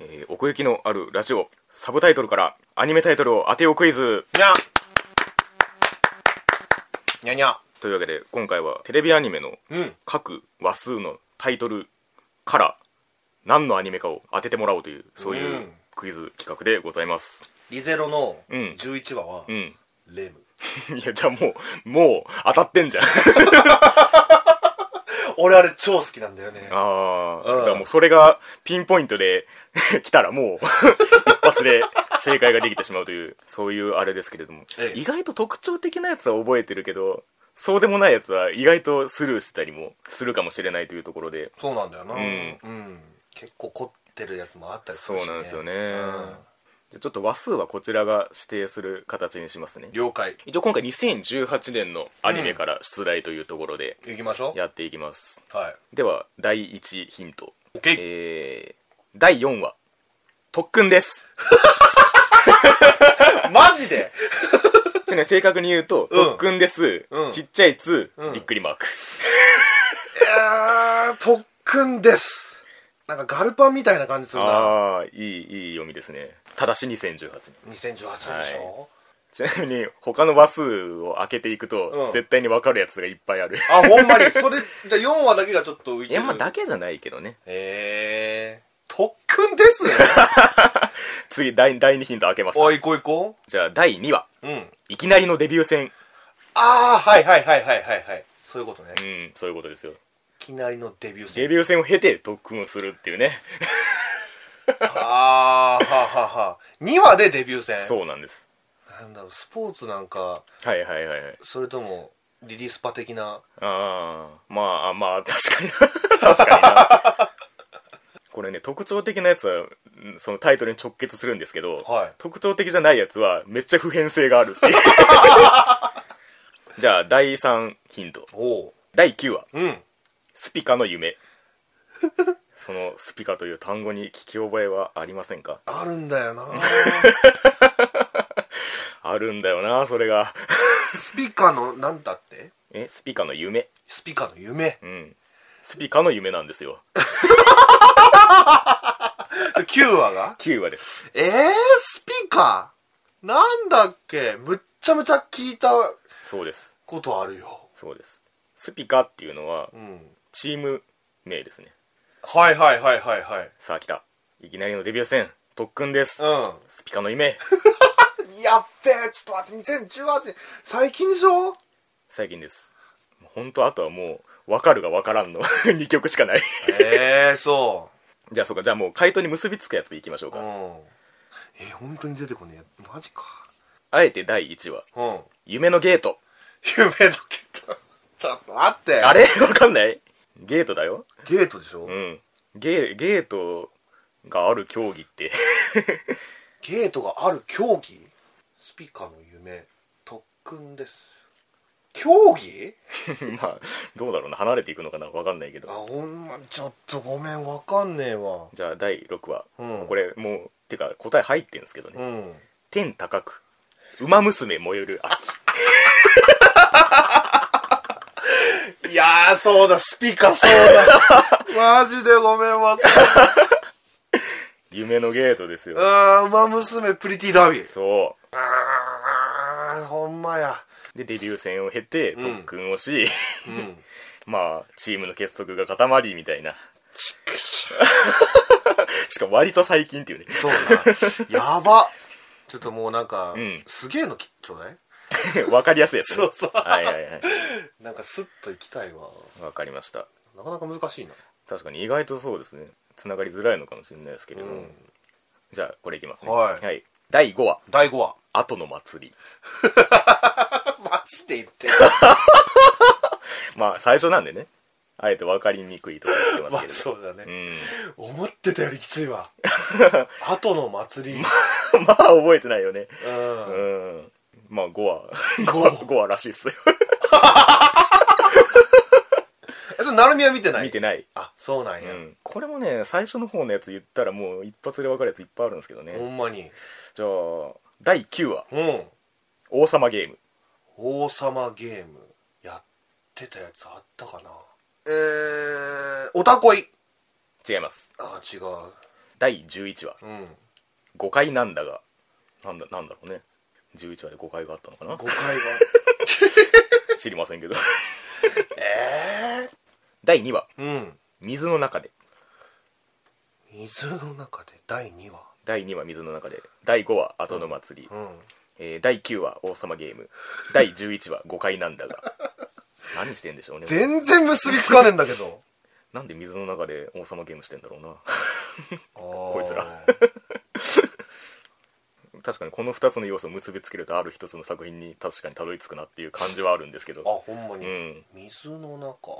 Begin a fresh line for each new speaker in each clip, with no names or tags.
えー奥行きのあるラジオサブタイトルからアニメタイトルを当てようクイズ
にゃにゃにゃ
というわけで今回はテレビアニメの
うん
各話数のタイトルから何のアニメかを当ててもらおうというそういううんクイズ企画でございます
リゼロの
ん
11話は、
うん
レム
いやじゃあもうもう当たってんじゃん
俺あれ超好きなんだよね
ああ
うん
だからもうそれがピンポイントで 来たらもう 一発で正解ができてしまうというそういうあれですけれども、
ええ
意外と特徴的なやつは覚えてるけどそうでもないやつは意外とスルーしたりもするかもしれないというところで、
そうなんだよなうん結構凝ってるやつもあったりす
そう
るし、ね、
なんですよね、
うん
じゃあちょっと話数はこちらが指定する形にしますね
了解
一応今回2018年のアニメから出題というところで
行きましょう
やっていきます、
はい
では第1ヒント
OK
えー、第4話特訓です
マジで
ちなみに正確に言うと、
うん
特訓です、
うん
ちっちゃいつ、
うん
びっくりマーク
いやー特訓ですなんかガルパンみたいな感じするな
ああいいいい読みですねただし2018年
2018年でしょ、
ちなみに他の話数を開けていくと、
うん
絶対に分かるやつがいっぱいある
あほんまに それじゃあ4話だけがちょっと浮
い
いてる
やまあだけじゃないけどね
えー、特訓ですね
次第第2ヒント開けます
おい行こう行こ
じゃあ第2話
ううん
いきなりのデビュー戦
ああはいはいはいはいはいはいそういうことね、
う
い
んそういうことですよ
きなりのデビュー戦
デビュー戦を経て特訓をするっていうね
あーはあはあはあ2話でデビュー戦
そうなんです
なんだろうスポーツなんか
はいはいはいはい
それともリリースパ的な
ああまああまあ確かにな 確かになこれね特徴的なやつはうんそのタイトルに直結するんですけど、
はい
特徴的じゃないやつはめっちゃ普遍性があるっていう じゃあ第3ヒント
おう
第9話
うん
スピカの夢そのスピカという単語に聞き覚えはありませんか
あるんだよな
あるんだよなそれが
スピカのなんだって
えスピカの夢
スピカの夢
うんスピカの夢なんですよ
9話が
9話です
えー、スピカなんだっけむっちゃむちゃ聞いた
そうです
ことあるよ
そうですスピカっていうのは
うん
チーム名ですね
はいはいはいはいはい
さあ来たいきなりのデビュー戦特訓です、
う
スピカの夢
んやっべえちょっと待って2018年最近でしょ
最近です本当あとはもう分かるが分からんの2 曲しかない
ええー、そ
じゃあそうかじゃあもう回答に結びつくやついきましょう
うう
か、
んえー、本当に出てこねえマジか
あえて第1話
うん
夢のゲート
夢のゲートちょっと待って
あれわかんないゲートだよ
ゲートでしょ、
うんゲーゲートがある競技って
ゲートがある競技スピカの夢特訓です競技
まあどうだろうな離れていくのかなわかんないけ
あ
ど
ほんまちょっとごめんわかんねえわ
じゃあ第6話、
うん
これもうてか答え入ってんですけどね、
うん
天高く馬娘燃える秋
いやーそうだスピカそう だマジでごめんわ
夢のゲートですよ、
あー馬娘プリティダービー
そ
あーほんまや
うでデビュー戦を経て
ん
特訓をし、
うん
まあチームの結束が固まりみたいな
ちくしょ
しかも割と最近っていうね
そうだやばちょっともうなんか、
ん
すげえのきちょうだい
わかりやすいやつ、ね、
うそう
はいはいはい
なんかスッと行きたいわ
わかりました
なかなか難しいな
確かに意外とそうですねつながりづらいのかもしれないですけれども、
うん
じゃあこれいきますね
はい
第5話
第5話
「後の祭り
マジで言 って」
まあ最初なんでねあえて分かりにくいとこ言ってま
ますあ
けど、
そうだ
う
ね、
ん
思ってたよりきつい わ後の祭り、
まあ覚えてないよね
うん
うんまあ5話5話5話ら しいっすよ
えそれ成海は見てない
見てない、
あそうなん
う
や、
ん、これもね最初の方のやつ言ったらもう一発で分かるやついっぱいあるんですけど
ほ
ね
んまに
じゃあ第9話
うん
「王様ゲーム
王様ゲームやってたやつあったかなえー、おたこい」
違います
あ違う
第11話
うん
5回なんだがなんだなんだろうね11話で5回があったのかな
誤解は
知りませんけど
え
第2話
えうん
水の中で
水の中で第2話
第2話水の中で第5話後の祭り、
うん
えー第9話王様ゲーム第11話5回なんだが何してんでしょうね
全然結びつかねえんだ けど
なんで水の中で王様ゲームしてんだろうな
こ
いつら確かにこの2つの要素を結びつけるとある一つの作品に確かにたどり着くなっていう感じはあるんですけ
あ
ど
ほんまに、
うん
水の中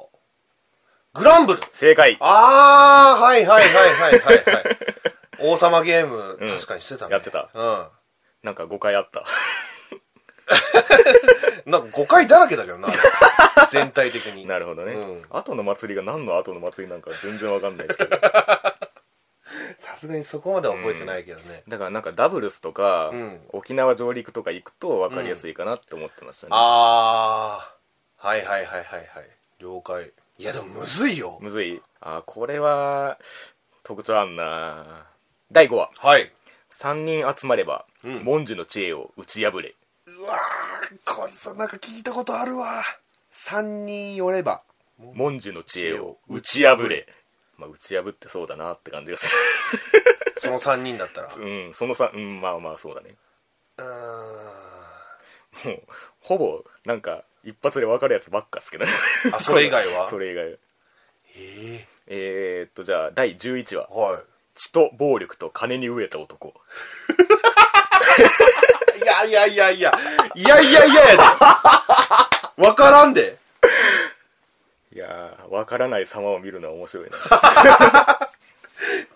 グランブル
正解
ああはいはいはい はいはい、はい、王様ゲーム、
うん
確かにしてたね
やってた
う
なんか5回あった
んなんか誤解だらけだけどなあれ 全体的に
なるほどね、
うん
後の祭りが何の後の祭りなんか全然わかんないです けど
さすがにそこまでは覚えてないけどね、
だからなんかダブルスとか、
うん
沖縄上陸とか行くと分かりやすいかなって思ってましたね、
ああはいはいはいはいはい了解いやでもむずいよ
むずいあーこれは特徴あんな第5話
はい
3人集まれば、
うん
文殊の知恵を打ち破れ
うわーこれさなんか聞いたことあるわ3人寄れば
文殊の知恵を打ち破れ、まあ、打ち破ってそうだなって感じがす
その3人だったらう
る うんそのさうんまあまあそうだね
ー
もうほぼなんか一発で分かるやつばっかっすけどね
んあそれ以外 は
それ以外
え
えー、っとじゃあ第11話
えは
「血と暴力と金に飢えた男
いいやいやいやいやいやいやいややでわからんで」
いやー分からない様を見るのは面白いな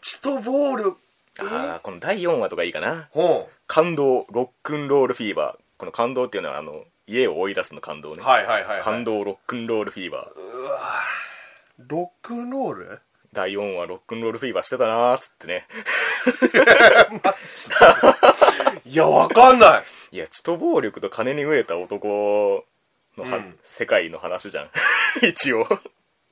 血と暴力
あーこの第4話とかいいかな
ほ
感動ロックンロールフィーバーこの感動っていうのはあの家を追い出すの感動
う
ね、
はいはいはい、は
感
い、
動ロックンロールフィーバー
ロックンロール
第4話ロックンロールフィーバーしてたなーっつってね
いやわかんない
いや血と暴力と金に飢えた男のは、
うん
世界の話じゃん 一応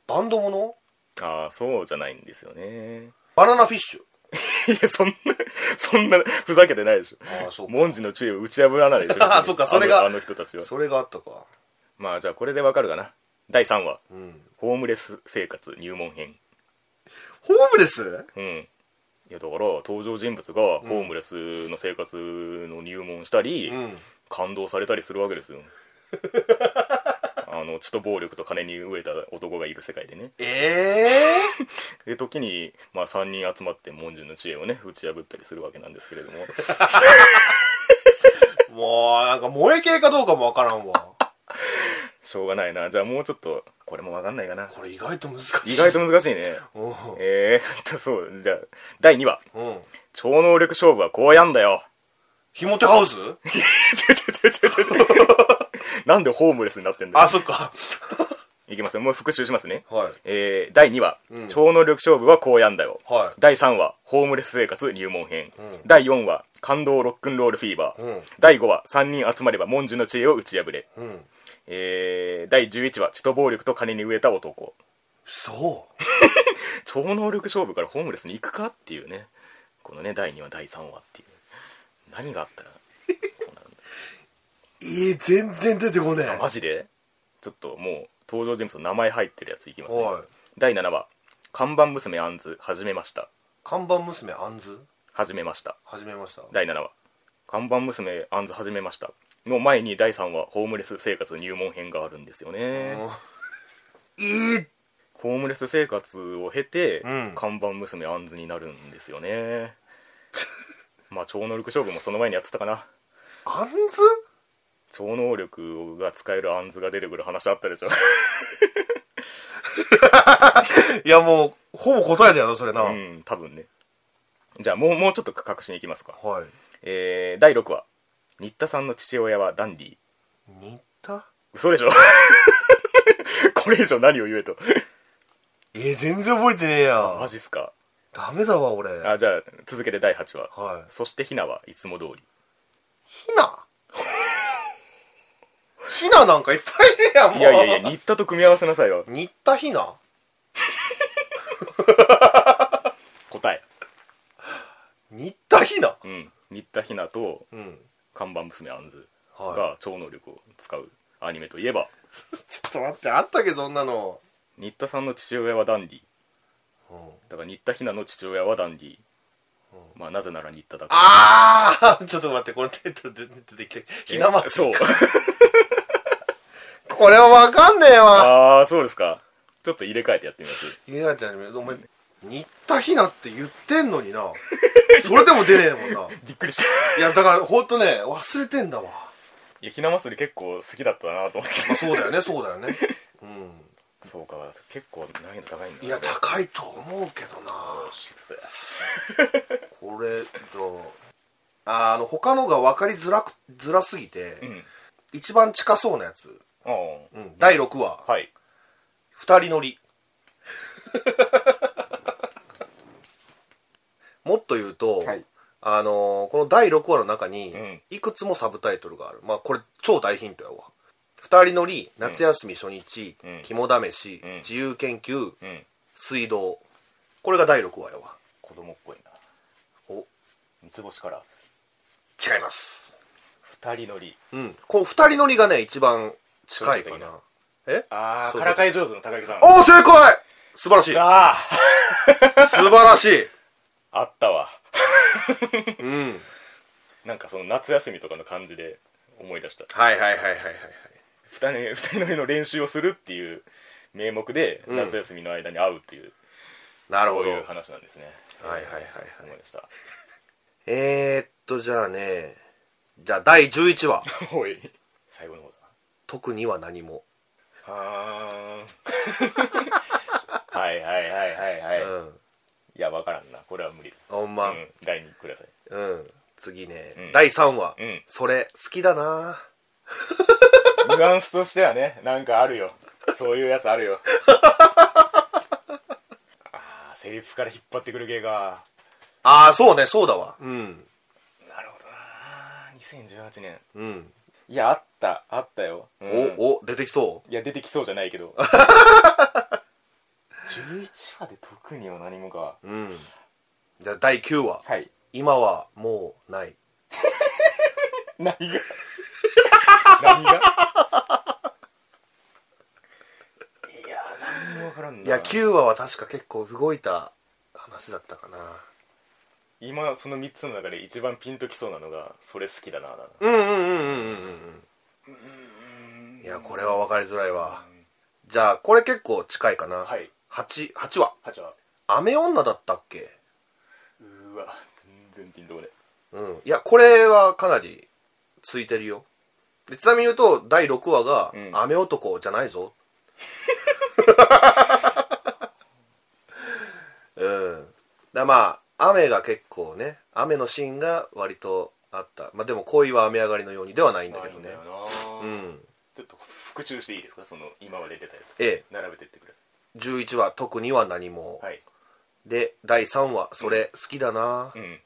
バンドもの
ああそうじゃないんですよね
バナナフィッシュ
いやそんなそんなふざけてないでしょ
ああそうか
文字の知恵を打ち破らないでしょ
ああそっかそれが
あのあの人たちは
それがあったか
まあじゃあこれでわかるかな第3話
うん
ホームレス生活入門編
ホームレス
うんいやだから登場人物がホームレスの生活の入門したり、
うん
感動されたりするわけですよあの血と暴力と金に飢えた男がいる世界でね
ええ
で時に、まあ、3人集まって文殊の知恵をね打ち破ったりするわけなんですけれども
もうなんか萌え系かどうかもわからんわ
しょうがないなじゃあもうちょっとこれもわかんないかな
これ意外と難しい
意外と難しいね
うん
えー、っとそうじゃあ第2話
うん
超能力勝負はこうやんだよ
ひもてハウス
ちょちょちょちょちょちょなんでホームレスになってんだよ
あそっか
いきますよもう復習しますね、
はい
えー、第2話、
うん
超能力勝負はこうやんだよ、
はい
第3話ホームレス生活入門編、
ん
第4話感動ロックンロールフィーバー、
うん
第5話3人集まれば文殊の知恵を打ち破れ、
うん
えー、第11話血と暴力と金に飢えた男
そ
超能力勝負からホームレスに行くかっていうねこのね第2話第3話っていう何があったらこうなるんだ
うえー、全然出てこねえ
あマジでちょっともう登場人物の名前入ってるやついきますね
おい
第7話看板娘アンズ始めました
看板娘アンズ
始めました
始めました
第7話看板娘アンズ始めましたの前に第3話ホームレス生活入門編があるんですよね
えー、
ホームレス生活を経て、
うん
看板娘アンズになるんですよね まあ超能力勝負もその前にやってたかな
アンズ
超能力が使えるアンズが出てくる話あったでしょ
いやもうほぼ答えだよなそれな、
うん多分ねじゃあもうもうちょっと隠しにいきますか
はい
えー、第6話新田さんの父親はダンディ
似た
嘘でしょ これ以上何を言えと
えー、全然覚えてねえ
マ
や
ジっすか
ダメだわ俺はい
あじゃあ続けて第8話
ひ
そしてひなはいつも通り
なひななんかいっぱいいるやんも う
いやい やいや新田と組み合わせなさいよ
似たひな
答え
新田ひな
うん新田ひなと
うん
看板娘アンズ
は
が超能力を使うアニメといえば
いちょっと待ってあったっけそんなの、
新田さんの父親はダンディ
うん、
だから新田ひなの父親はダンディ、まあなぜなら新田だから
ああ ちょっと待ってこのタイトル出てきてひな祭
そう
り これはわかんねえわ
ああそうですかちょっと入れ替えてやってみ ます
いやじゃあお前新田ひなって言ってんのになそれでも出ねえもんな
びっくりした
いやだからほんとね忘れてんだわ
いやひな祭り結構好きだったなと思って
まあそうだよねそうだよねう
そうか結構難易度高いんだ
んいや高いと思うけどな
よしくせ
これじゃああーあの他のが分かりづらくづらすぎて、
うん
一番近そうなやつ、
ああ
うん、第6話
はい
二人乗り もっと言うと、
はい
あのーこの第6話の中に
うん
いくつもサブタイトルがある、まあこれ超大ヒントやわ二人乗り夏休み初日、
うん
肝試し、
ん
自由研究
うん
水道これが第6話やわ
子供っぽいな
お
三つ星カラーズ
違います
二人乗り
うんこう二人乗りがね一番近いか
そう
な
だ
え
あ
そ
あ
うそう
からかい上手の高木さん
おお正解素 晴らしい
ああ
素晴らしい
あったわ
うん
なんかその夏休みとかの感じで思い出した
はいはいはいはいはいはい
二人二人乗りの練習をするっていう名目で
ん
夏休みの間に会うっていう、
なる
そ
ほ
う
ど
いう話なんですね
はいはいはい
思
はい
い出した
えー、っとじゃあねじゃあ第11話
おい最後の方だ
特には何も、
なはーん はいはいはいはいはい、
う
い
ん
やわからんなこれは無理だ
ほんま
うん第2ください
うん、次ね、
うん
第3話、
うん
それ好きだな
ニュアンスとしてはねなんかあるよそういうやつある よああセリフから引っ張ってくる系か
ああそうねそうだわうん
なるほどな2018年
うん、
いやあったあったよ、うん
おお出てきそ
いや出てきそうじゃないけ ど11話で特には何もか
ううんじゃあ第9話、
はい
今はもうない
何が何がいや何も分からんない
いや9話は確か結構動いた話だったかな
今その3つの中で一番ピンときそうなのがそれ好きだなだな
うんうんうんうんうんうんいやこれは分かりづらいわじゃあこれ結構近いかな、
はい
八八話
はちゃ
雨女だったっけ
うわ全然ピンとこね
うんいやこれはかなりついてるよでちなみに言うと第6話が
うん
「雨男じゃないぞ」 うんだまあ雨が結構ね雨のシーンが割とあったまあでも恋は雨上がりのようにではないんだけどね
な
う
うんちょっと復習していいですかその今まで出たやつ
ええ
並べてってくださ
11話「特には何も」
いはい
で第3話「それ好きだな」
うん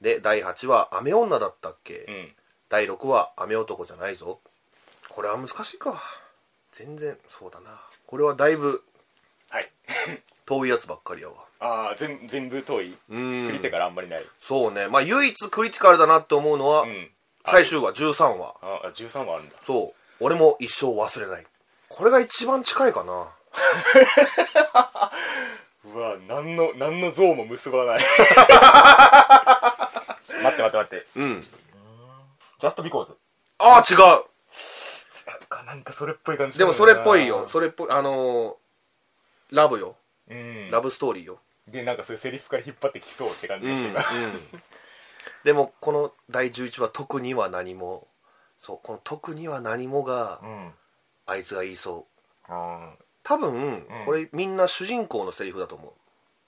で第8話「雨女だったっけ」
うん
第6話「雨男じゃないぞ」これは難しいか全然そうだなこれはだいぶ
はい
遠いやつばっかりやわ
ああ全全部遠い
うん
振り手からあんまりない
そうねまあ唯一クリティカルだなって思うのは、
うん
最終話13話
ああ13話あるんだ
そう俺も一生忘れないこれが一番近いかな
うわ何の何の像も結 ばない待って待って待って
うん
ジャストビコーズ
ああ違う
かなんかそれっぽい感じ
でもそれっぽいよそれっぽいあのー、ラブよ
うん
ラブストーリーよ
でなんかそういうセリフから引っ張ってきそうって感じ
う
がして
ん
今、
でもこの第11話「特には何も」そうこの「特には何も」が
うん、あ
あいつが言いそう
あ
多分、
うん
これみんな主人公のセリフだと思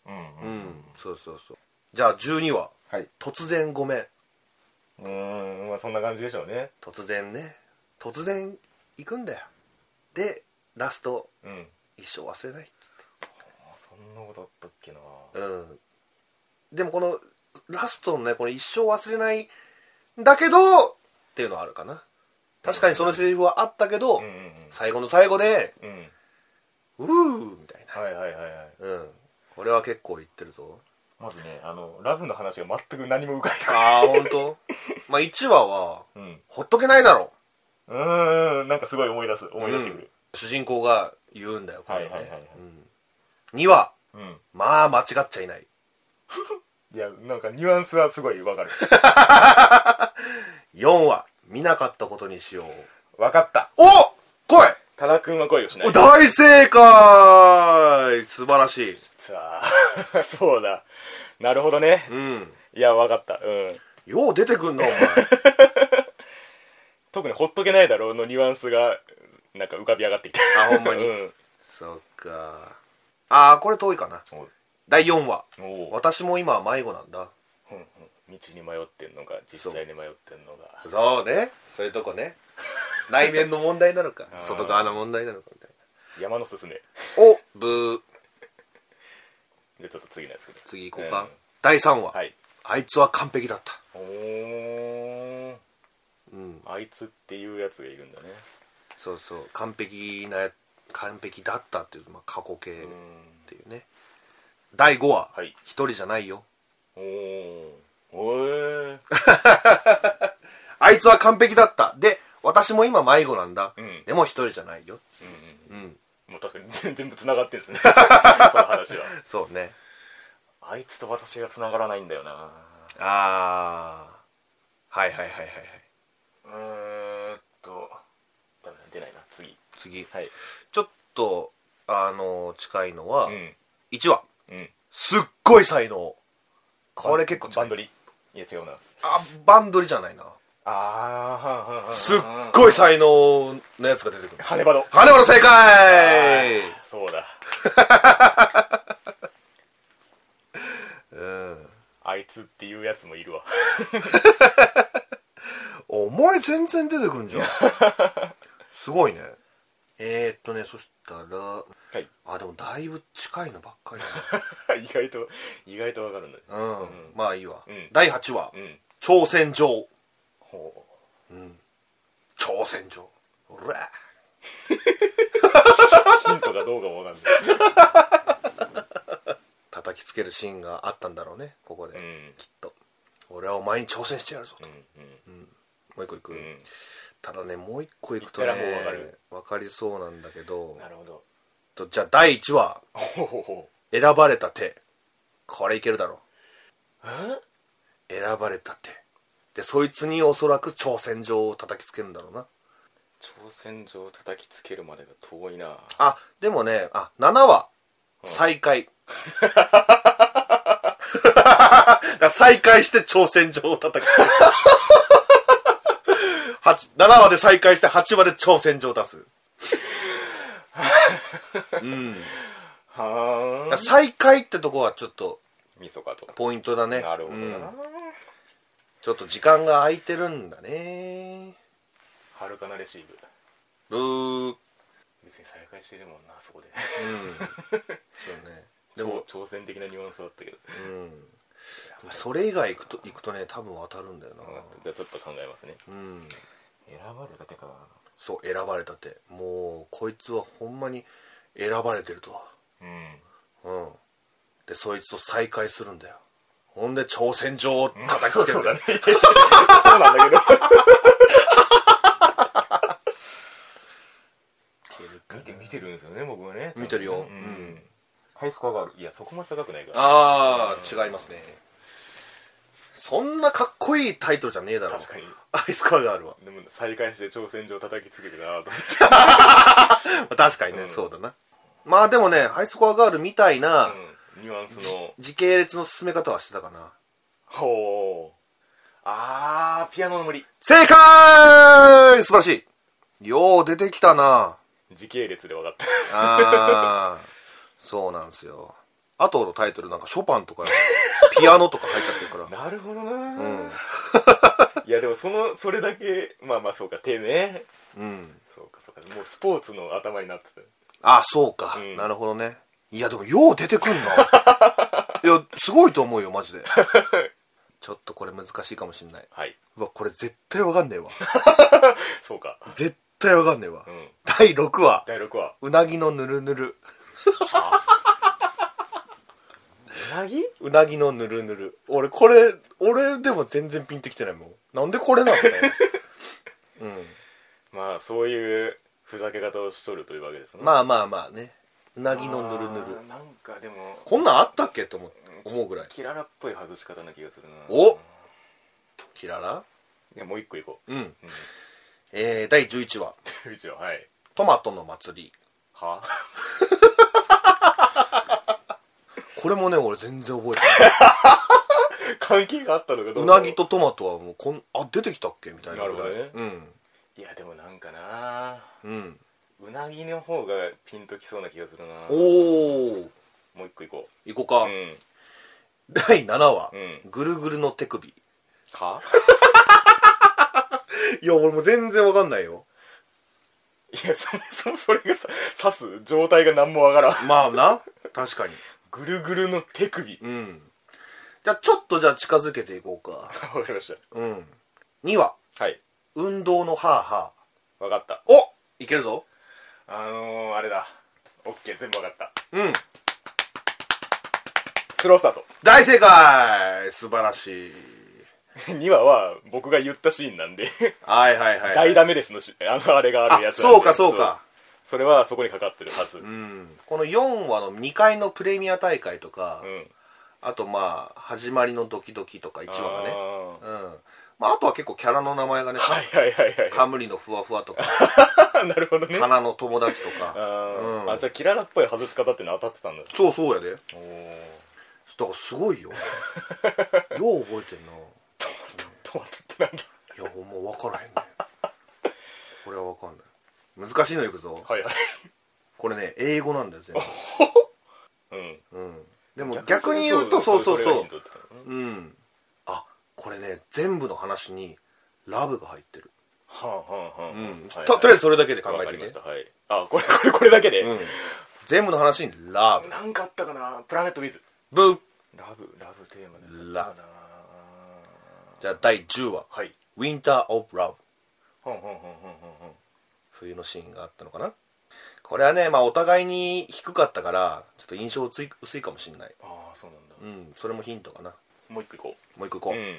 うんう
ううんんそうそうそうじゃあ12話
はい
「突然ごめん
うーんまあそんな感じでしょうね」
突然ね突然行くんだよでラスト
うん
一生忘れないっつっ
あそんなことあったっけな
てうんでもこのラストのねこの一生忘れないんだけどっていうのはあるかな確かにそのセリフはあったけど、
うんうん
最後の最後で
うんうん
「うー」みたいな
はいはいはいはい
うんこれは結構言ってるぞ
まずねあのラブの話が全く何も浮かんでこ
ああ本 当。まあ1話は
ないうん
ほっとけないだろ
うーんなんかすごい思い出す思い出してくる
主人公が言うんだよこれね、
はいはいはいはい
うん、2話
うん、
まあ間違っちゃいない
いやなんかニュアンスはすごいわかる
4話見なかったことにしよ う
わかった
お来い
多田君は恋をしない
お大正解素晴らしい
さあ そうだなるほどね
うん
いやわかったうん
よう出てくんな お前
特にほっとけないだろうのニュアンスがなんか浮かび上がってきた
あほんま に
うん
そっかああこれ遠いかな第4話
おお
私も今は迷子なんだ
うんうん道に迷ってんのか実際に迷ってんのが
そうねそういうとこ ね内面の問題なのか
ー
外側の問題なのかみたい
山のすすめ
なおブー
じゃあちょっと次のやつね
次行こうか、
うん
第3話、
はい
あいつは完璧だった
おー
うん
あいつっていうやつがいるんだね
そうそう完璧なや完璧だったっていう、まあ、過去形っ
うん
ていうね第5話、
はい
一人じゃないよ
おーおえ
あいつは完璧だったで私も今迷子なんだ、
うん
でも一人じゃないようん
もう確かに全 全部つながってるんですねその話は
そうね
あいつと私がつながらないんだよな
ああはいはいはいはいはい
うんーんとダメだ出ないな次
次
はい
ちょっとあの近いのは、
うん
1話
うん
すっごい才能これ結構近い
バンドリいや違うな
あバンドリじゃないな
ああ
すっごい才能のやつが出てくる
羽バド
羽村正解
そうだ
うん
あいつっていうやつもいるわ
お前全然出てくん じゃんすごいねえー、っとねそしたら
はい
あでもだいぶ近いのばっかり
意外と意外とわかるんだね
だな うん、まあいいわ、
うん
第8話、
うん
挑戦状
ほ
挑戦状お
う
ら
ヒントがどうかもわかんない
叩きつけるシーンがあったんだろうねここで、
うん
きっと俺はお前に挑戦してやるぞと、
うんうん
もう一個いく、
うん
ただねもう一個いくとね
言ったらもうわかる
わかりそうなんだけど
なるほど
とじゃあ第1話
ほうほうほ
「選ばれた手」これいけるだろう選ばれた手でそいつにおそらく挑戦状を叩きつけるんだろうな
挑戦状を叩きつけるまでが遠いな
あでもねあ7話 再開だから再開して挑戦状を叩く八7話で再開して8話で挑戦状を出す
は
だから再開ってとこはちょっと
ーんみそかと
ポイントだね
なるほど
う
なん
ちょっと時間が空いてるんだね
はるかなレシーブ
ブーうん
別に再開してるもんなそこで
そうね
で
で
も
も
挑戦的なニュアンスはあったけど
うんそれ以外行くと行くとね多分当たるんだよな
じゃあちょっと考えますね
うん
選ばれたてか
そう選ばれたってもうこいつはほんまに選ばれてると
なうん
うんでそいつと再会するんだよほんで挑戦状を叩きつけるんだよ、
そうなんだけど
いけるか
見
な
て見てるんですよね僕はね
見てるよ
うん、
うん
ハイスコアがあるいやそこまで高くないから
ああ違いますねそんなかっこいいタイトルじゃねえだろ
確かに
アイスカーがあるわ
でも再開して挑戦状叩きつけるなと思って
確かにね、そうだなまあでもねハイスコアガールみたいな、
うんニュアンスの
時系列の進め方はしてたかな
ほうあーピアノの森
正解素晴らしいよう出てきたな
時系列で分かった
あーそうなんですよあとのタイトルなんかショパンとかピアノとか入っちゃってるか ら
なるほどな、 いやでもそのそれだけまあまあそうか手ね
うん
そうかそうかもうスポーツの頭になってた
あそうか、
ん
なるほどねいやでもよう出て くんないやすごいと思うよマジでちょっとこれ難しいかもしんない
はいう
わこれ絶対わかんねえわ
そうか
絶対わかんねえわ、
うん
第6話
第6話
うなぎのぬるぬる
うなぎ
うなぎのぬるぬる俺これ俺でも全然ピンときてないもんなんでこれなんだよ
まあそういうふざけ方をしとるというわけですね
まあまあまあねうな
あ
ぎのぬるぬる
ーなんかでも
こんなんあったっけと思う思うぐらい
キララっぽい外し方な気がするな
お
い
キララ
やもう一個いこ
うん、
う、うん、
えー、第11話
一応はい
「トマトの祭り
は」
これもね俺全然覚えて ない
関係があったのかど
う
うか
なぎとトマトはもうこんあ出てきたっけみたいなぐらい
なるほ
うん
いやでもなんかな
うん
うなぎの方がピンときそうな気がするな
お
も
お
う一個いこ
行こうか、
ううん
第7話、
うん
ぐるぐるの手首」
はい
や俺もう全然わかんないよ
いやそもそもそれがさ刺す状態が何もわからん
まあな確かに
ぐるぐるの手首
うんじゃあちょっとじゃあ近づけていこうか
わかりまし
うん2話
たはい
運動のハーハ
わかった
ーおいけるぞ
あのー、あれだオッケー全部わかった
うん
スロースタート
大正解素晴らしい
2話は僕が言ったシーンなんで
はいはいはい、はい、
大ダメですのしあのあれがあるや
あ
つなんで
そうかそうか
そそれはそこにかかってるはず、
うんこの4話の2回のプレミア大会とか、
うん
あとまあ始まりのドキドキとか1話がね
あ
うんまああとは結構キャラの名前がね、
ーはいはいはい
カムリのふわふわとか
はい なるほど ね
花の友達と
あ
か
ー、
うん
あじゃあキララっぽい外し方っていうの当たってたんだ
そうそうやでだ
おー
からすごいよよう覚えてんな
トマトってなんだ
いやほんま分からへんねこれは分かんない難しいのいくぞ
はいはい
これね英語なんだよ全
うん
部、うん、でも逆に言うとそうそうそううんあこれね全部の話にラブが入ってる、
はあはあはあ、う
ととりあえずそれだけで考えてみ
わかり
て、
ましたはいあこれこれ これだけで、
うん、全部の話にラ
なんかあったかなプラネットウィズ
ブブ
ラブラブテーマで
ラブじゃあ第10話
はい
「Winter of Love
ほんほんほんほんほんほん」
冬のシーンがあったのかなこれはねまあお互いに低かったからちょっと印象薄い薄いかもしんない
ああそうなんだ、
うんそれもヒントかな
もう一個いこ
もう一個いこう、
ううん、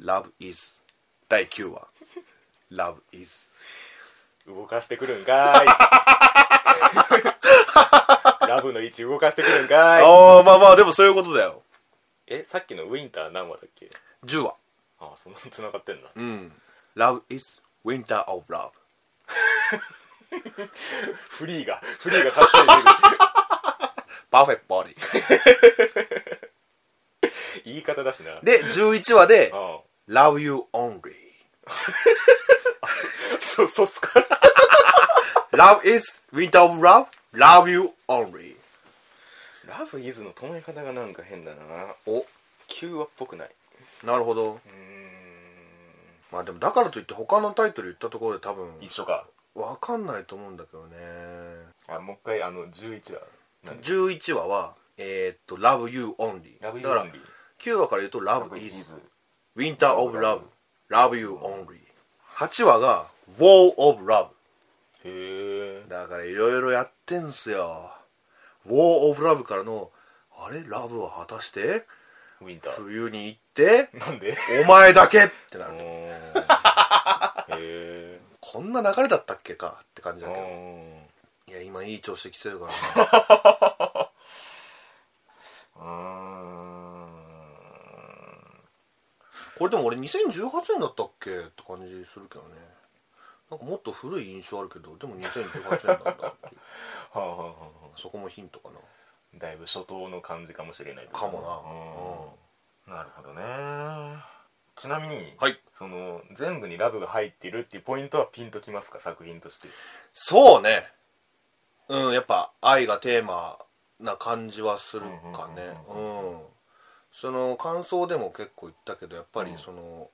Love is 第9話 Love is
動かしてくるん かーいラブの位置動かしてくるんかーい
ああまあまあでもそういうことだよ
えさっきのウィンター何話だっけ
10話
ああそんなに繋がってんだ
うん Love is winter of love
フリーがフリーが勝手に
パーフェクトボディ
出る 言い方だしな
で11話で
ああ
Love you only
そそっすか
Love is winter of love Love you only
ラブイズの止め方がなんか変だな
お
9話っぽくない
なるほど
うーん
まあでもだからといって他のタイトル言ったところで多分
一緒か
わかんないと思うんだけどね
あもう一回あの11話何
11話はえーっと Love you only
ラブイズ
だか
オ
ら
ンリー
9話から言うと
ラ
Love
ブイ
is
ズ
Winter of Love Love you only 8話が War of Love
へえ
だからいろいろやってんすよ War of Love からのあれラブは果たして
ウィンター
冬に行って
なん で
お前だけってな
お
る
ーへえ
こんな流れだったっけかって感じ
あ
だけど
ー
いや今いい調子で来てるからな
うーん
これでも俺2018年だったっけって感じするけどねなんかもっと古い印象あるけどでも2018年なんだっていう
はあはあはあは
そこもヒントかな
あだいぶ初頭の感じかもしれない
かも
なうんなるほどねちなみに、
はい
その全部にラブが入ってるっていうポイントはピンときますか作品として
そうねうんやっぱ愛がテーマな感じはするかねうんその感想でも結構言ったけどやっぱりその、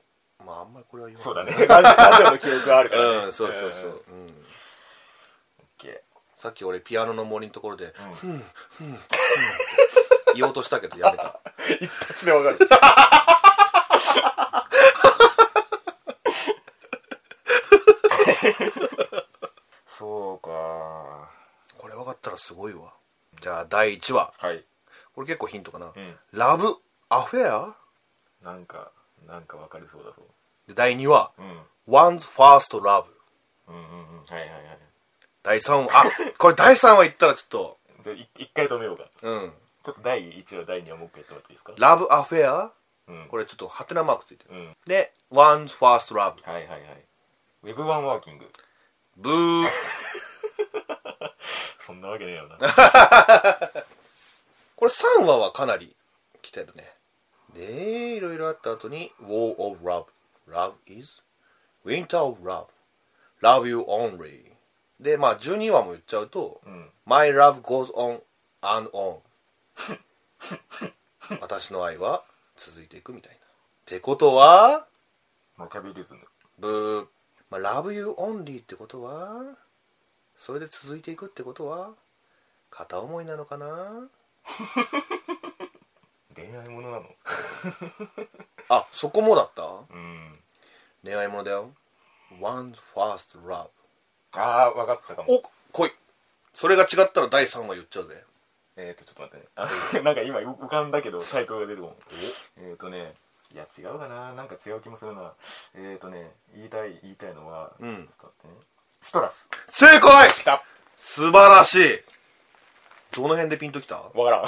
まああんまりこれは言わない
そうだねラジ ラジオの記憶はあるから、ね、
うんそうそうそ
んオ、
ううん、
ッケ
さっき俺ピアノの森のところで
ーうん
言おうとしたけどやめた
一発でわかるそうか
これ分かったらすごいわじゃあ第1話
はい
俺結構ヒントかな、
ん
ラブアフェア
なんかなんかわかりそうだぞ
で第2話、
うんうん
One's First Love
うんうんはいはいはい
第3話あ これ第3話言ったらちょっと
じゃあい一回止めようか
うん
ちょっと第1話第2話もう一回やってもらっていいですか
ラブアフェア
うん
これちょっとハテナマークついて
う
る
ん
で One's First Love
はいはいはいウェブワンワーキング
ブー
そんなわけねえよ な
これ3話はかなり来てるねでいろいろあった後に War of Love Love is Winter of Love Love You Only でまあ12話も言っちゃうと、
ん
My love goes on and on 私の愛は続いていくみたいなってことは
マキャベリズム
ブー、まあ、Love You Only ってことはそれで続いていくってことは片思いなのかな
恋愛ものなの
あそこもだった
うん
恋愛ものだよ One First Love
ああーわかったかも
お来いそれが違ったら第3話言っちゃうぜ
えー、とちょっと待ってねあ なんか今浮かんだけどタイトルが出てこないえー、とねいや違うかななんか違う気もするなえー、とね言いたい言いたいのは、
うん
ちょっと待ってねシトラス
正解
きた
素晴らしいどの辺でピンときた
わからん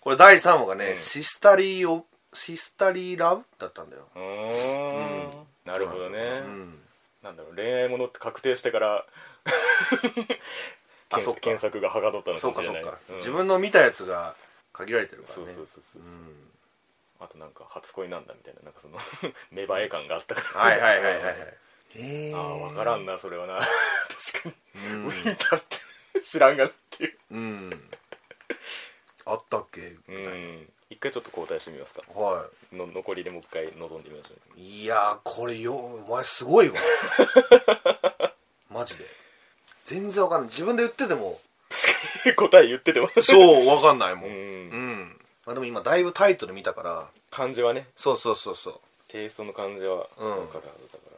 これ第3話がね、
うん
シスタリーをシスタリーラブだったんだよ
うーんなるほどね、
うん
なんだろう恋愛ものって確定してから
あ
検
そっ
索
か
検索がはかどったのか
そう
も
か
し
そ
れな
う
い
か、
うん
自分の見たやつが限られてるから
そう
ね
そうそうそうそう、あとなんか初恋なんだみたいななんかその 芽生え感があったから
はいはいはいはいはいへえ
ああ分からんなそれはな確かに、
うん
ウィンターって知らんがっていう
うんあったっけ
う
みたいな、
ん一回ちょっと交代してみますか
は
の残りでもう一回臨んでみましょう
いいやーこれよお前すごいわマジで全然わかんない自分で言ってても
確かに答え言ってても
そうわかんないもん
う
うんん、まあ、でも今だいぶタイトル見たから
漢字はね
そうそうそうそう
テイストの感じは分
うん
かるはずだから、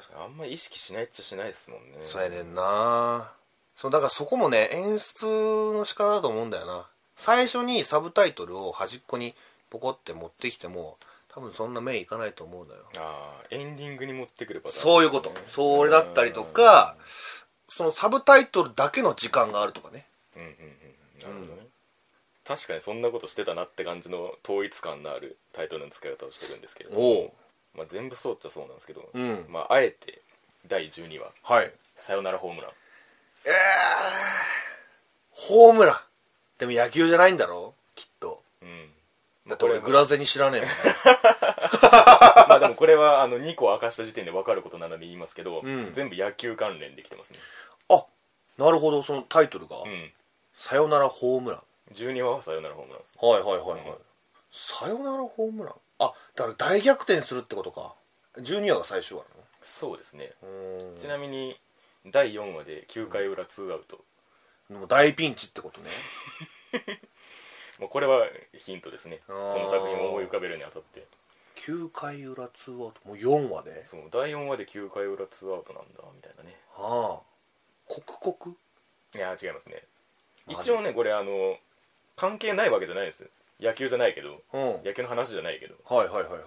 確かにあんまり意識しないっちゃしないですもんね
そうやねんなそうだからそこもね演出の仕方だと思うんだよな最初にサブタイトルを端っこにポコって持ってきても多分そんな目いかないと思うのよ
ああエンディングに持ってくれば
そういうことそれだったりとかそのサブタイトルだけの時間があるとかね
うんうんうんなるほどね、確かにそんなことしてたなって感じの統一感のあるタイトルの使い方をしてるんですけれども、
おう
まあ、全部そうっちゃそうなんですけど、
うん
まあ、あえて第12話
はい
「さよならホームラン
ホームランでも野球じゃないんだろきっと」
うん
だって俺
まあこ
グ
れは
ラゼに知らねえもん
まあでもこれはあの2個明かした時点で分かることなので言いますけど、
ん
全部野球関連できてますね
あなるほどそのタイトルが
うん
「さよならホームラン
12話は「さよならホームラン」です」
はいはいはいはい「さよならホームラン」あだから大逆転するってことか12話が最終話
そうですね、
なのうーん
ちなみに第4話で9回裏ツーアウト、
でも大ピンチってことね
もうこれはヒントですねこ
あー
の作品を思い浮かべるにあたって
9回裏ツーアウトもう4話で
そう第4話で9回裏ツーアウトなんだみたいなね
ああ刻々
いや違いますね
マジ
一応ねこれあの関係ないわけじゃないです野球じゃないけど
うんはい
野球の話じゃないけど
はいはいはい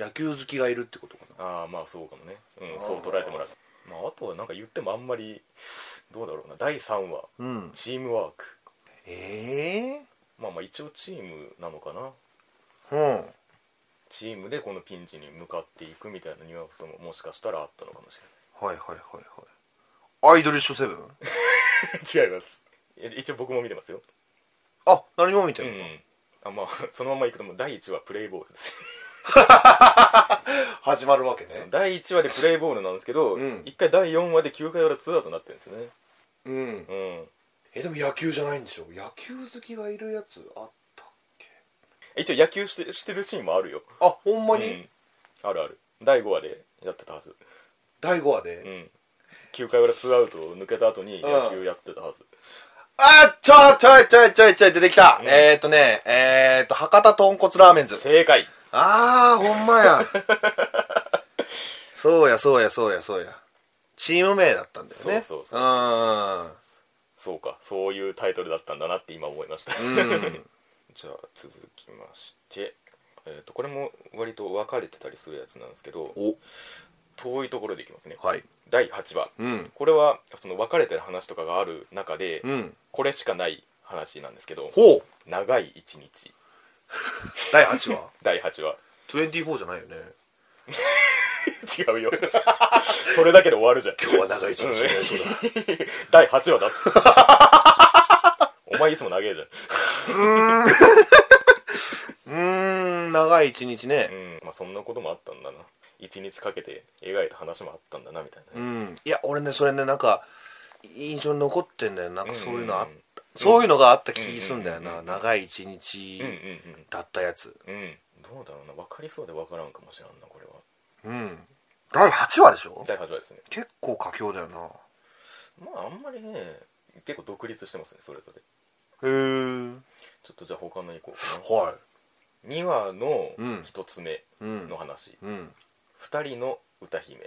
野球好きがいるってことかな
ああまあそうかもねうん
あー
そう捉えてもらうまああとはなんか言ってもあんまりどうだろうな第3話
うん
チームワーク
ええ
まあまあ一応チームなのかな
うん
チームでこのピンチに向かっていくみたいなニュアンスももしかしたらあったのかもし
はいはいはいはいアイドリッシュセブン
れない 違いますい一応僕も見てますよ
あ何も見て
うんん、
の、
あまあ そのままいくともう第1話プレイボールです
始まるわけね
第1話でプレイボールなんですけど、
うん
一回第4話で9回裏ツーアウトになってるんですよね
うん
うん
えでも野球じゃないんでしょ野球好きがいるやつあったっけ
一応野球してしてるシーンもあるよ
あほんま
う
に、
んあるある第5話でやってたはず
第5話で、
うん9回裏ツーアウトを抜けた後に野球やってたはず
あちょいちょいちょいちょいちょい出てきた、えー、っとねえー、っと博多豚骨ラーメンズ
正解
あーほんまやそうやそうやそうやそうやチーム名だったんだよね
そうそうそう
うん
そうかそういうタイトルだったんだなって今思いました、
うん
じゃあ続きまして、えー、とこれも割と分かれてたりするやつなんですけど
お
遠いところでいきますね
はい
第8話、
うん
これはその分かれてる話とかがある中で、
うん
これしかない話なんですけど
ほう
「長い一日
第8話」
第8話
24じゃないよね
違うよ それだけで終わるじゃん
今日は長い一日になりそうだ
第8話だって お前いつも長えじゃん、
うーん長い一日ね
うんまあ、そんなこともあったんだな一日かけて描いた話もあったんだなみたいな、
うんいや俺ねそれねなんか印象に残ってんだよなんかそういうのあ
う
っ
んうんうん
そういうのがあった気すんだよな長い一日
うんうん
だったやつ
うんうんどうだろうな分かりそうで分からんかもしれんなこれは
うん第8話でしょ
第8話ですね
結構佳境だよな
まああんまりね結構独立してますねそれぞれ
へえ
ちょっとじゃあ他のいこうか
は
な2話の
うん
1つ目
いうん
の話、
うんうん
二2人の歌姫、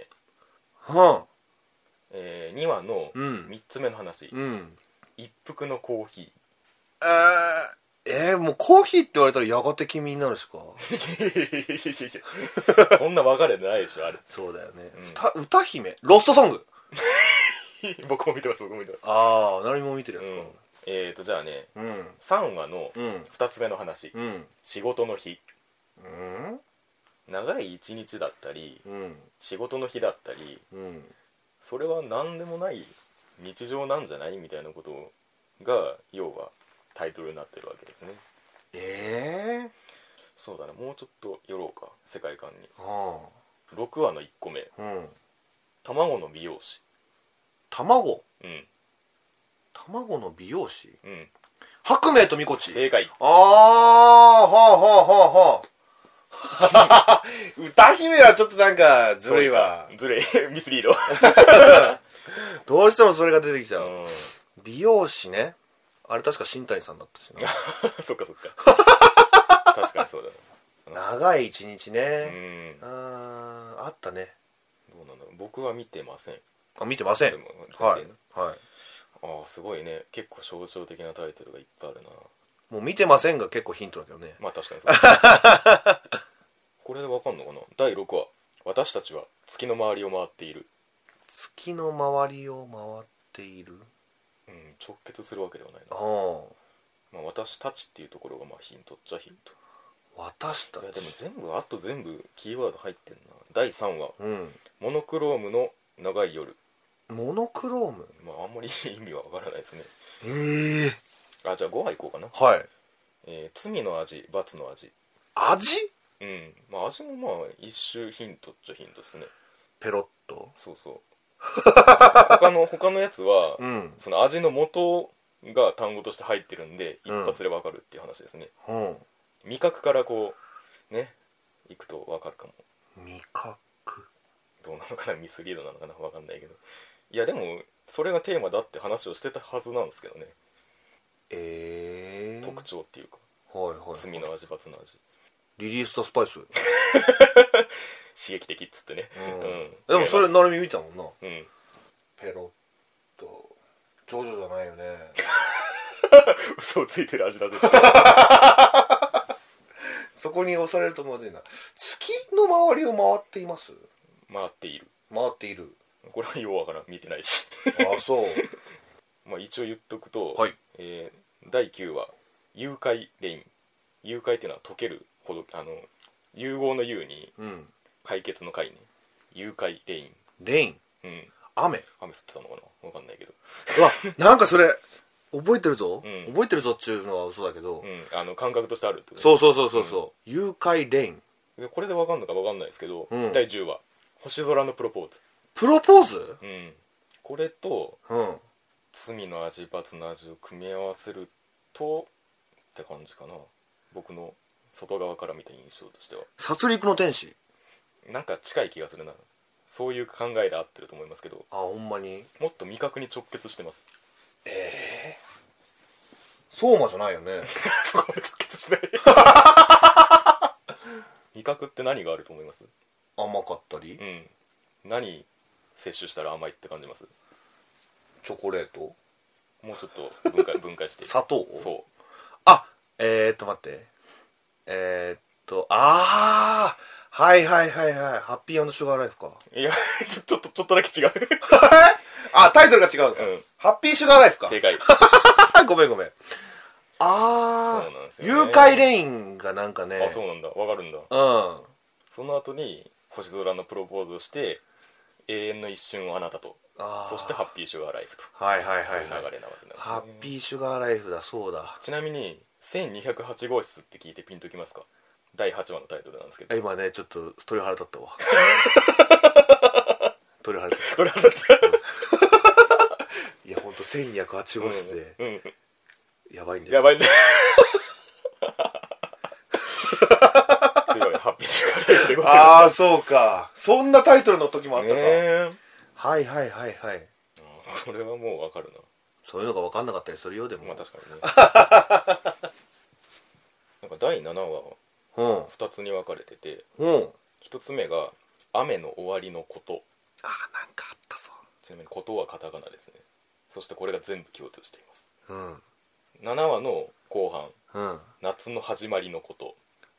え2話の
うん
3つ目の話、
うん
一服のコーヒ
えー、えー、もうコーヒーって言われたらやがて君になるしか
ー そんな分かれてないでしょあれ
そうだよね、
うん
歌歌姫ロストソング
僕も見てます僕も見てます
ああ何も見てるや
うん
つ
えーとじゃあね
かうん
3話の
うん
2つ目の話
うん
仕事の日
うん
長い一日だったり
うん
仕事の日だったり
うん
それは何でもない日常なんじゃないみたいなことが要はタイトルになってるわけですね
ええ
そうだねもうちょっと寄ろうか世界観に
あ
6話の1個目
あうん
卵の美容師
卵
うん
卵の美容師
うん
白明とみこち
正解
ああはあはあはあはあ 歌姫はちょっとなんかずるいわ
ずるい ミスリード
どうしてもそれが出てきちゃう、
うん
美容師ねあれ確か新谷さんだったしな
そっかそっか確かにそうだね
長い一日
う
ね、
ん
あーあったね
どうなんだろう僕は見てません
あ見てません
でも
はい
見てね
は
ああすごいね結構象徴的なタイトルがいっぱいあるない
もう見てませんが結構ヒントだけどね
まあ確かにそうだこれでわかんのかな第6話「私たちは月の周りを回っている
月の周りを回っている」
うん、直結するわけではない
あ
な、
あ
まあ、私たちっていうところがまあヒントっちゃヒント
私た
いやでも
ち
全部あと全部キーワード入ってんな第3話
うん
「モノクロームの長い夜
モノクローム」
まああんまり意味はわからないですね
ええ
あじゃあ5話いこうかな、
はい
えー罪の味罰の味
味
うんまあ味もまあ一種ヒントっちゃヒントですね
ペロッと
そうそう他の他のやつは、
うん
その味の元が単語として入ってるんで一
うん
発でわかるっていう話ですね、
うん
味覚からこうねいくとわかるかも
味覚
どうなのかなミスリードなのかなわかんないけどいやでもそれがテーマだって話をしてたはずなんですけどね、
ええ
特徴っていうか
はいはい
罪の味罰の味
リリースとスパイス、うん、
刺激的っつってね、
でもそれ
違い
成美見たもんな
ますうん
ペロッとジョジョじゃないよね
嘘をついてる味だぜ
そこに押されるとまずいな月の周りを回っています
回っている
回っている
これはようわからん見てないし
あそう
まあ一応言っとくと、
はい
えー第9話「融解レイン」融解っていうのは溶けるほどあの融合の融に
うん
解決の解に融解レイン
レイン
うん
雨
雨降ってたのかなわかんないけど
うわなんかそれ覚えてるぞ、
うん
覚えてるぞっちゅうのは嘘だけど、
うんあの感覚としてあるってこと
そうそうそうそうそう誘拐レイン
でこれでわかんのかわかんないですけど、
うん
第10話「星空のプロポーズ
プロポーズ」
うんこれと
うん
「罪の味罰の味」を組み合わせるとって感じかな僕の外側から見た印象としては
殺戮の天使
なんか近い気がするなそういう考えで合ってると思いますけど
あほんまに
もっと味覚に直結してます
相馬じゃないよ ね
そこまで直結してない 味覚って何があると思います
甘かったり
うん何摂取したら甘いって感じます
チョコレート
もうちょっと 分解分解して
砂糖
そ
あえー、っと待ってえー、っとああはいはいはいはいハッピーシュガーライフか
ういやちょちょっとちょっとだ け違う
あタイトルが違うのか、
うん
ハッピーシュガーライフ か
正解
ごめんごめんあ
そうなんです
あ、
よね
誘拐レインがなんかね
あそうなんだわかるんだ
うん
その後に星空のプロポーズをして永遠の一瞬をあなたと
あー
そしてハッピーシュガーライフと
はいはい
そう
はいいう
流
はい
れなわけなんですね
ハッピーシュガーライフだそうだ
ちなみに1208号室って聞いてピンときますか第8話のタイトルなんですけど
今ねちょっと鳥肌立った わ鳥肌立っ
どれだった
たいやほんと1208号室で
うん
やばいんだ
や
よ
ばいねというわけでハッピーシュガーライフでございま
ああそうかそんなタイトルの時もあ
す
ったか、
ねえ
はいはいはいはい
うんこれはもうわかる
そういうのが分かんなかったりするよで
な
も、
まあ確かにねなんか第7話は2つに分かれてて
うんうん
1つ目が「雨の終わりのこと
あーなんかあったぞ」
ちなみに「こと」はカタカナですねそしてこれが全部共通しています
う
7話の後半
んうん
「夏の始まりのこと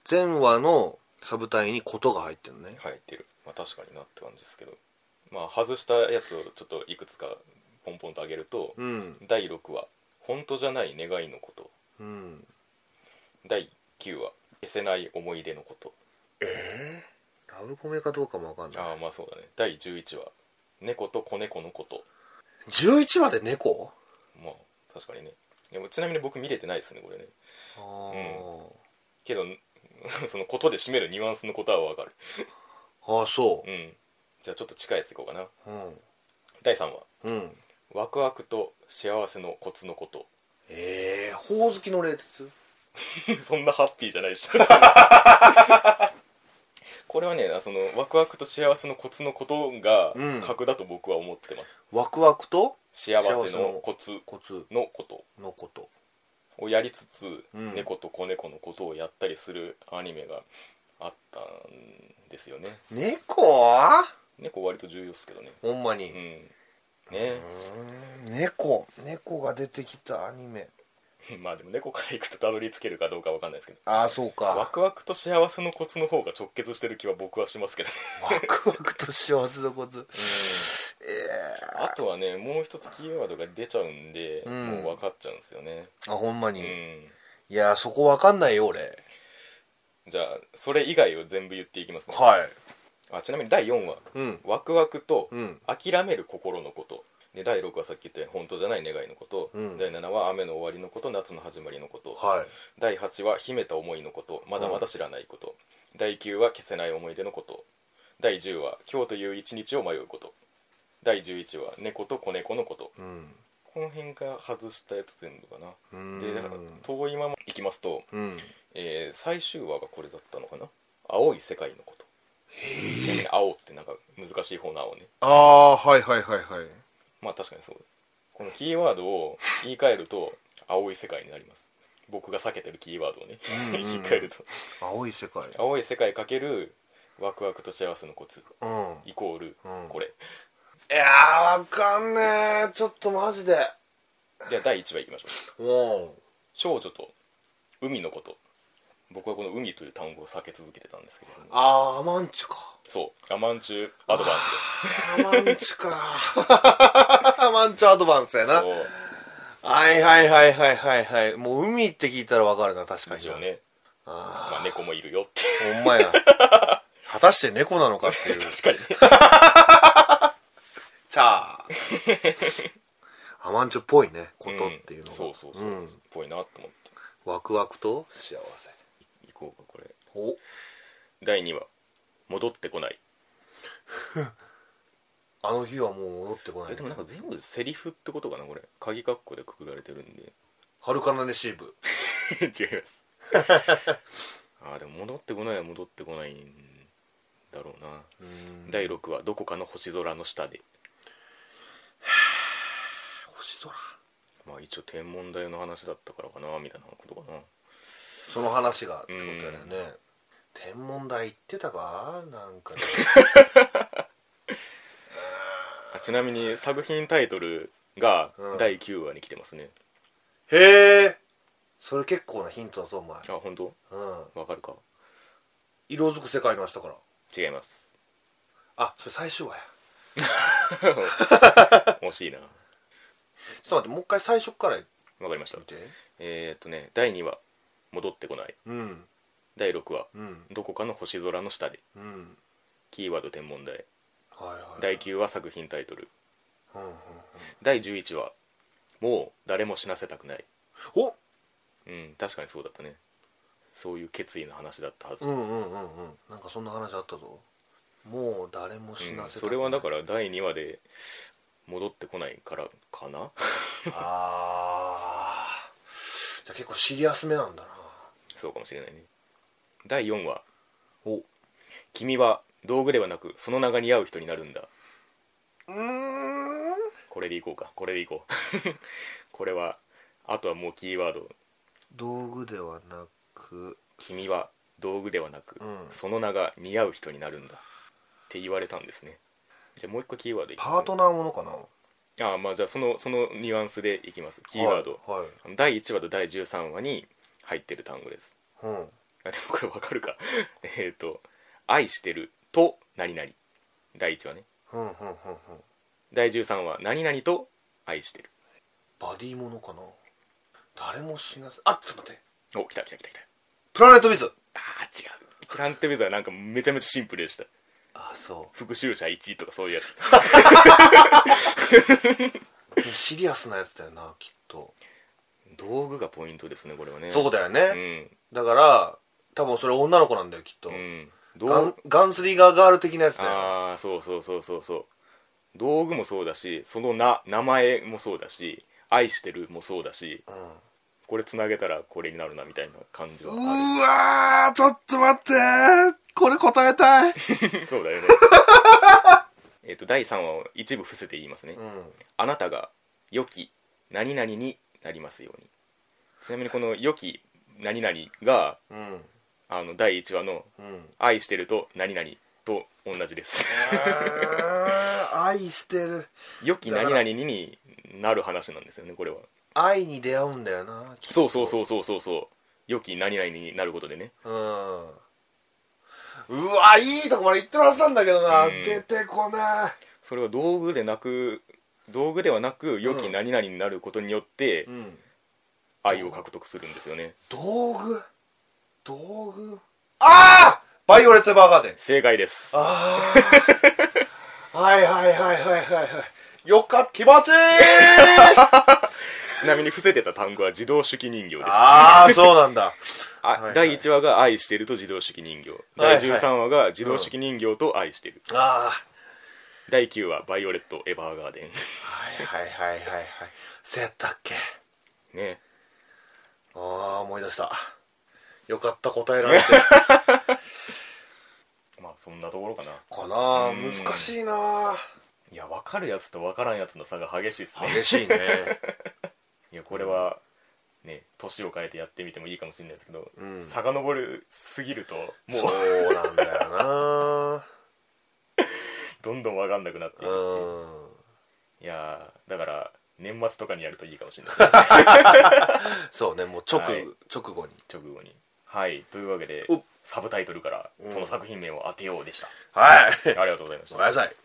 前話のサブ単位に「こと」が入ってるね」
入ってるまあ確かになって感じですけどまあ外したやつをちょっといくつかポンポンと上げると
うん
第6話「本当じゃない願いのこと
うん」
第9話「消せない思い出のこと
ラブコメかどうかも分かん」な
あ
い
あまあそうだね第11話「猫と子猫のこと
11話で猫」
まあ確かにねでもちなみに僕見れてないですねこれね
ああ、
けど そのことで締めるニュアンスのことはわかる
ああそう
う、んじゃあちょっと近いやついこうかな
うん
第3話
うん、
「ワクワクと幸せのコツのこと
ええー、ほおずきの冷徹」
そんなハッピーじゃない しこれはねそのワクワクと幸せのコツのことが
うん
格だと僕は思ってます、
ワクワクと
幸
幸
せ
せの
のコツ
コツ
のこと
のこと
をやりつつ、
うん
猫と子猫のことをやったりするアニメがあったんですよね
猫は
猫割と重要ですけどね
ほんま
うん
に、
ね
うーん、猫猫が出てきたアニメ
まあでも猫から行くとたどり着けるかどうかわかんないですけど
ああそうか
ワ
ワ
クワクと幸せのコツの方が直結してる気は僕はしますけどね
クワクと幸せのコツ
あとはねもう一つキーワードが出ちゃうんで、
うん
もう分かっちゃうんですよね
あほんまに、
うん、
いやーそこわかんないよ俺
じゃあそれ以外を全部言っていきますね、
はい
あちなみに第4話
うん
「ワクワクと
うん
諦める心のこと」で第6話さっき言ったように「本当じゃない願いのこと」
うん
第7話「雨の終わりのこと夏の始まりのこと」
はい
第8話「秘めた思いのことまだまだ知らないこと」第9話「消せない思い出のこと」第10話「今日という一日を迷うこと」第11話「猫と子猫のこと」
うん
この辺が外したやつ全部かな
うーん
でだから遠いままいきますと、
うん
えー最終話がこれだったのかな「青い世界のこと」ちなみに青ってなんか難しい方の青ね
ああーはいはいはいはい
まあ確かにそうこのキーワードを言い換えると「青い世界」になります僕が避けてるキーワードをね
うんうん
言い換えると
青い世界
「青い世界×ワクワクと幸せのコツ
うん」
イコール
うん
これ、
いやーわかんねえちょっとマジで
では第1話いきましょう
も
少女と海のこと僕はこの「海」という単語を避け続けてたんですけれども
うあーアマンチュか
そうアマンチュアドバン
アマンチュかア マンチュアドバンスやな
スで
はいはいはいはいはいはいもう海って聞いたらわかるな確
そうで
かに
すよね
あ
まあ猫もいるよって
ーほんまや果たして猫なの かっていう
確かにね
チャーアマンチュっぽいねことっていうのが、
そうそうそう、
ん
っぽいなと思って
ワクワクと幸せ
いこうかこれ
お
第2話「戻ってこない
あの日はもう戻ってこ」な
え
い
でもなんか全部セリフってことかなこれ鍵括弧でくくられてるんで
ハルカナレシーブ
違います あーでも戻ってこないは戻ってこないんだろうな、第6話「どこかの星空の下で
星空」
まあ一応天文台の話だったからかなみたいなことかな
その話がってことだよね
うん
天文台行ってたかなんかね
あちなみに作品タイトルが
うん
第9話に来てますね、
へえそれ結構なヒントだぞお前、
あ本当
うん、
わかるか
色づく世界の明日から
違います
あそれ最終話や
惜しいな
ちょっと待ってもう一回最初から言っ
わかりました
て
えー、っとね第2話戻ってこない
うん
第6話
うん
どこかの星空の下で
うん
キーワード天文台
はいはい
第9話作品タイトル
うんうん
第11話もう誰も死なせたくない
お
うん確かにそうだったねそういう決意の話だったはず、
うんうんうんうんなんかそんな話あったぞもう誰も死
う
なんせ
それはだからら第2話で戻ってこないからかな
ああじゃあ結構シリアスめなんだな
そうかもしれないね第4話
おう
「君は道具ではなくその名が似合う人になるんだ
ーん」
これでいこうかこれでいこう これはあとはもうキーワード
道具ではなく
「君は道具ではなく、
うん
その名が似合う人になるんだ」って言われたんですねじゃあもう一個キーワードいきます
パートナーものかな
ああまあじゃあそのそのニュアンスでいきますキーワード、
はい、
第1話と第13話に入ってる単語です
はいうん
あでもこれわかる かえっと「愛してる」と「何々」第1話ね
うんうんうんうん
第13話「何々」と「愛してる
バディものかな誰も死なせあちょっと待って」
お来た来た来た来た
プラネットウィズ
あー違うプラントウェザーなんかめちゃめちゃシンプルでした
あそ
復讐者1とかそういうやつ
うシリアスなやつだよなきっと、
道具がポイントですねこれはね
そうだよね、
うん
だから多分それ女の子なんだよきっと、
うん
ガ
道
ンガンスリーガーガール的なやつだよ
ああそうそうそうそうそう道具もそうだしその名名前もそうだし愛してるもそうだし
うん
これつなげたらこれになるなみたいな感じは
う
あ
わーちょっと待ってこれ答えたい
るそうだよね えっと第3話を一部伏せて言いますね、
うん
あなたが良き何々になりますようにちなみにこの良き何々が
うん
あの第1話の
うん
「愛してる」と「何々」と同じです
愛してる
良き何々になる話なんですよねこれは
愛に出会うんだよなきっと
そうそうそうそうそうそう良き何々になることでね
うんうわいいとこまで行ってるはずなんだけどな、
うん
出てこな
それは道具でなく道具ではなく良き何々になることによって
い、うん、
愛を獲得するんですよね
道具道具ああバイオレット・エヴァーガーデン
正解です
ああはいはいはいはいはいはいよかった気持ちいい
ちなみに伏せてた単語は自動手記人形です
ああそうなんだ
あ
はいはい
第1話が「愛してる」と自動手記人形
はいは
第
い
13話が「自動手記人形」と「愛してる」
ああ
第9話「バイオレット・エヴァーガーデン
はいはいはいはいはいせやったっけ」
ね
ああ思い出したよかった答えられて
まあそんなところかな
かなあ
うん
難しいなあ
いや分かるやつと分からんやつの差が激しいですね
激しいね
いやこれはね年を変えてやってみてもいいかもしれないですけど、
うん
遡るすぎると もう
そうなんだよな
どんどん分かんなくなっていくっていう
うん
いやーだから年末とかにやるといいかもしれない ですね
そうねもう直、
はい
直後に
直後にはいというわけで
お
サブタイトルから
ん
その作品名を当てようでした、
はい
ありがとうございました
ごめんなさい